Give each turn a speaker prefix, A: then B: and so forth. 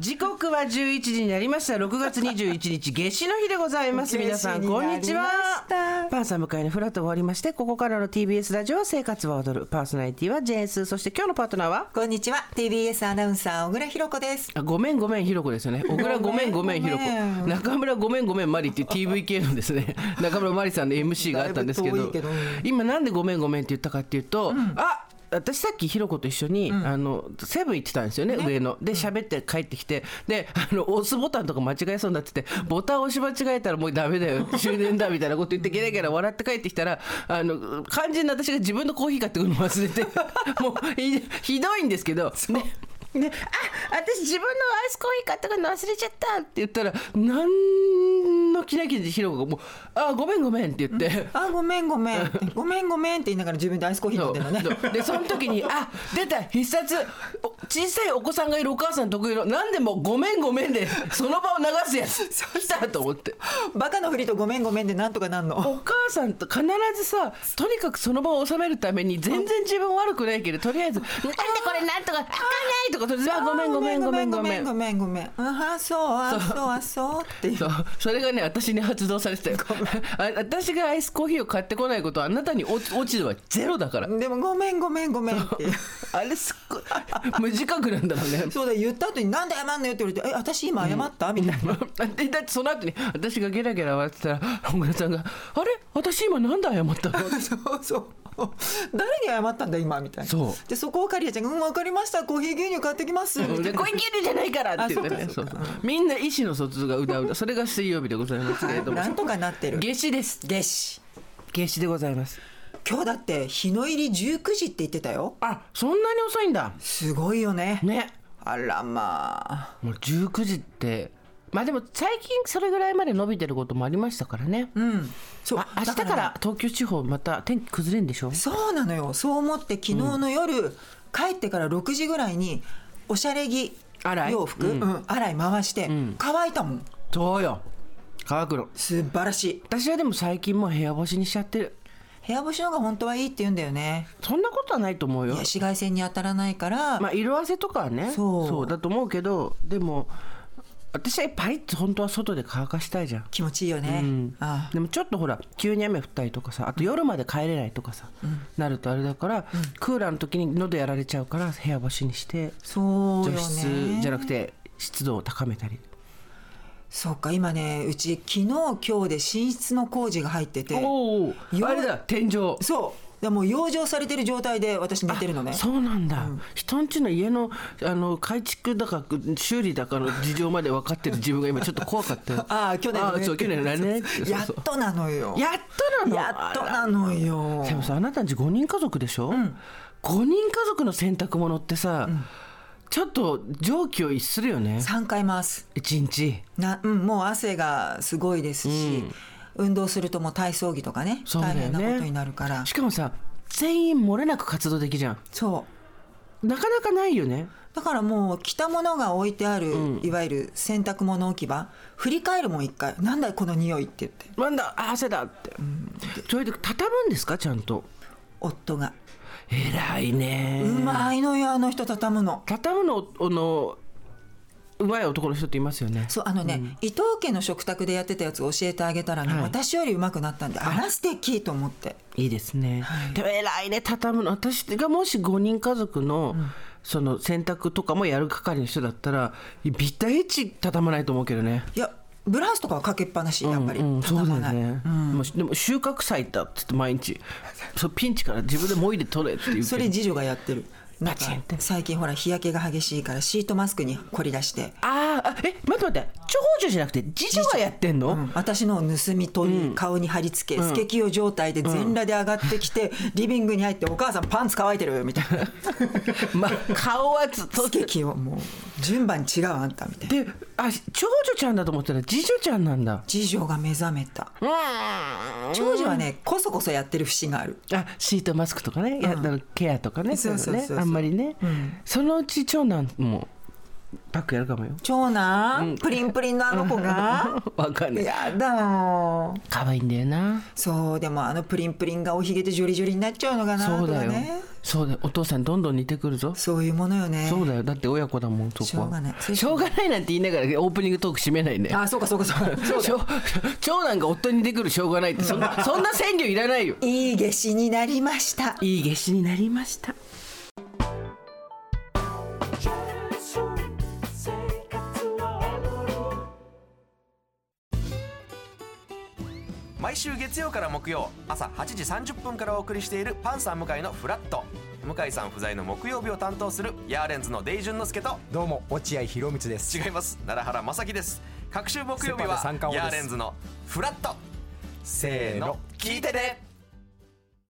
A: 時刻は11時になりました6月21日夏至の日でございます皆さんこんにちはパンサム会のフラットが終わりましてここからの TBS ラジオは生活は踊るパーソナリティはジェーンスーそして今日のパートナーは
B: こんにちは TBS アナウンサー小倉弘子です
A: あごめんごめんひろこですよ ね小倉ごめんごめんひろこ中村ごめんごめんマリっていう TVK のですね中村マリさんの MC があったんですけ
B: だい
A: ど
B: ぶ遠いけど
A: 今なんでごめんごめんって言ったかっていうと、あ私さっきひろこと一緒に、あのセブン行ってたんですよね上ので喋って帰ってきてであの押すボタンとか間違えそうになっててボタン押し間違えたらもうダメだ よ終電だみたいなこと言ってゲラゲラ笑って帰ってきたらあの肝心な私が自分のコーヒー買ってくるの忘 れてもうひひどいんですけどねであ私自分のアイスコーヒー買ってくるの忘れちゃったって言ったら何の気なきでひろこがもう「あごめんごめん」って言って。
B: あごめんごめ んごめんごめんって言いながら自分でアイスコーヒー飲んでるのね
A: そうそうでその時に「あ出た必殺お小さいお子さんがいるお母さん得意の何でもごめんごめん」でその場を流すやつそうしたと思って
B: バカのふりとごめんごめんでなんとかなんの
A: お母さんと必ずさとにかくその場を収めるために全然自分悪くないけどとりあえず「なんでこれなんとかあかんない」とかとりあえずあごめんごめんごめんごめん
B: ごめんごめんごめんああそうあそうあそうっていう
A: そうそれがね私に発動されてたよあ私がアイスコーヒーを買ってこないことはあなたに落ち落ち度はゼロだから
B: でもごめんごめんごめんっていう
A: あれすっごい無自覚なんだろうね
B: そうだ言った後になんで謝んのよって言われてえ私今謝ったみたいな
A: でだってその後に私がゲラゲラ笑ってたら小倉さんが「あれ私今なんで謝ったの?」
B: そうそう誰に謝ったんだ今みたいな
A: そう
B: でそこをカリアちゃんが「うん分かりましたコーヒー牛乳買ってきます」みたいな
A: で「声切るじゃないから」って言ってね
B: あそうか
A: そうそうみんな意思の疎通がうだうだそれが水曜日でございますけれども
B: なんとかなってる
A: 夏至です
B: 夏至
A: 夏至でございます
B: 今日だって日の入り19時って言ってたよ
A: あそんなに遅いんだ
B: すごいよね
A: ね
B: あらまあ
A: もう19時ってまあでも最近それぐらいまで伸びてることもありましたからね、
B: うんそう
A: あ明日
B: だ
A: か
B: ね
A: ら東京地方また天気崩れるんでしょ
B: そうなのよそう思って昨日の夜、帰ってから6時ぐらいにおしゃれ着
A: 洗い
B: 洋服、
A: う
B: うん洗い回して、乾いたもん
A: そうよ乾くの
B: 素晴らしい
A: 私はでも最近もう部屋干しにしちゃってる
B: 部屋干しの方が本当はいいって言うんだよね
A: そんなことはないと思う
B: い
A: よ
B: や紫外線に当たらないから、
A: まあ色あせとかはね
B: そう
A: だと思うけどでも私はパリッと本当は外で乾かしたいじゃん
B: 気持ちいいよね、ああ
A: でもちょっとほら急に雨降ったりとかさあと夜まで帰れないとかさ、なるとあれだから、クーラーの時に喉やられちゃうから部屋干しにして
B: そうよ
A: 除
B: ね
A: 湿じゃなくて湿度を高めたり
B: そうか今ねうち昨日今日で寝室の工事が入ってて
A: おお
B: よ
A: あれだ天井
B: そうでもう養生されてる状態で私寝てるのね
A: そうなんだ、人んちの家のあの改築だか修理だかの事情まで分かってる自分が今ちょっと怖かったよ
B: ああ去年のね
A: あそう去年の ね
B: やっとなのよ
A: やっとなの
B: やっと
A: あ
B: なのよ
A: らでもさあなたんち5人家族でしょ、う5人家族の洗濯物ってさ、ちょっと蒸気を逸するよね
B: 3回回す
A: 1日
B: な、うん、もう汗がすごいですし、運動するともう体操着とかね
A: そうだ
B: 大
A: よね
B: 変なことになるから
A: しかもさ全員漏れなく活動的じゃん
B: そう
A: なかなかないよね
B: だからもう着たものが置いてある、いわゆる洗濯物置き場振り返るもん一回「なんだいこの匂い」って言って
A: なんだあ汗だって、それで畳むんですかちゃんと
B: 夫が
A: 偉いね
B: 「うまいのよあの人畳むの」
A: 畳むのあのうまい男の人っていますよね
B: そうあのね、伊藤家の食卓でやってたやつを教えてあげたらね、
A: はい
B: 私よりうまくなったんであら素敵と思って
A: いいですね、でも偉いね畳むの私がもし5人家族の、その洗濯とかもやる係の人だったらビタエッチ畳まないと思うけどね
B: いやブラウスとかはかけっぱなしやっぱり、
A: うんうんそう
B: 畳
A: だよ
B: まない
A: ね、もうでも収穫祭だっつって毎日そうピンチから自分でもいで取れっていう
B: それ次女がやってるなんか
A: パチンって
B: 最近ほら日焼けが激しいからシートマスクに凝り出して、
A: あーあえ待って待って長女じゃなくて次女がやってんの、
B: うん私のを盗み取り、顔に貼り付けスケキヨ状態で全裸で上がってきて、リビングに入って「お母さんパンツ乾いてるよ」みたい な
A: まあ顔はつと
B: スケキヨもう順番違うあんたみたいな
A: であ長女ちゃんだと思ったら次女ちゃんなんだ
B: 次女が目覚めた長女はねこそこそやってる節がある
A: あシートマスクとかね、やあのケアとかね
B: そうそうそうそ
A: いの
B: う
A: ねあんまりね、そのうち長男もパックやるかもよ
B: 長男、プリンプリンのあの子 が
A: わかんない
B: やだ
A: 可愛いんだよな
B: そうでもあのプリンプリンがおひげでジョリジョリになっちゃうのかな
A: そう
B: と
A: だ
B: か
A: よ
B: ね
A: そうだよお父さんどんどん似てくるぞ
B: そういうものよね
A: そうだよだって親子だもんそこは
B: しょうがない
A: しょうがないなんて言いながらオープニングトーク締めないね
B: あそうかそうかそうかそうだ
A: 長長男が夫に出てくるしょうがないってそんなそんな川柳いらないよ
B: いい夏至になりました
A: いい夏至になりました
C: 毎週月曜から木曜朝8時30分からお送りしているパンサー向井のフラット向井さん不在の木曜日を担当するヤーレンズのデイジュンの之介と
D: どうも落合博満です
C: 違います奈良原正樹です各週木曜日
D: セパで
C: は
D: 三冠王
C: ヤ
D: で
C: ー
D: す
C: レンズのフラットせーの聞いてね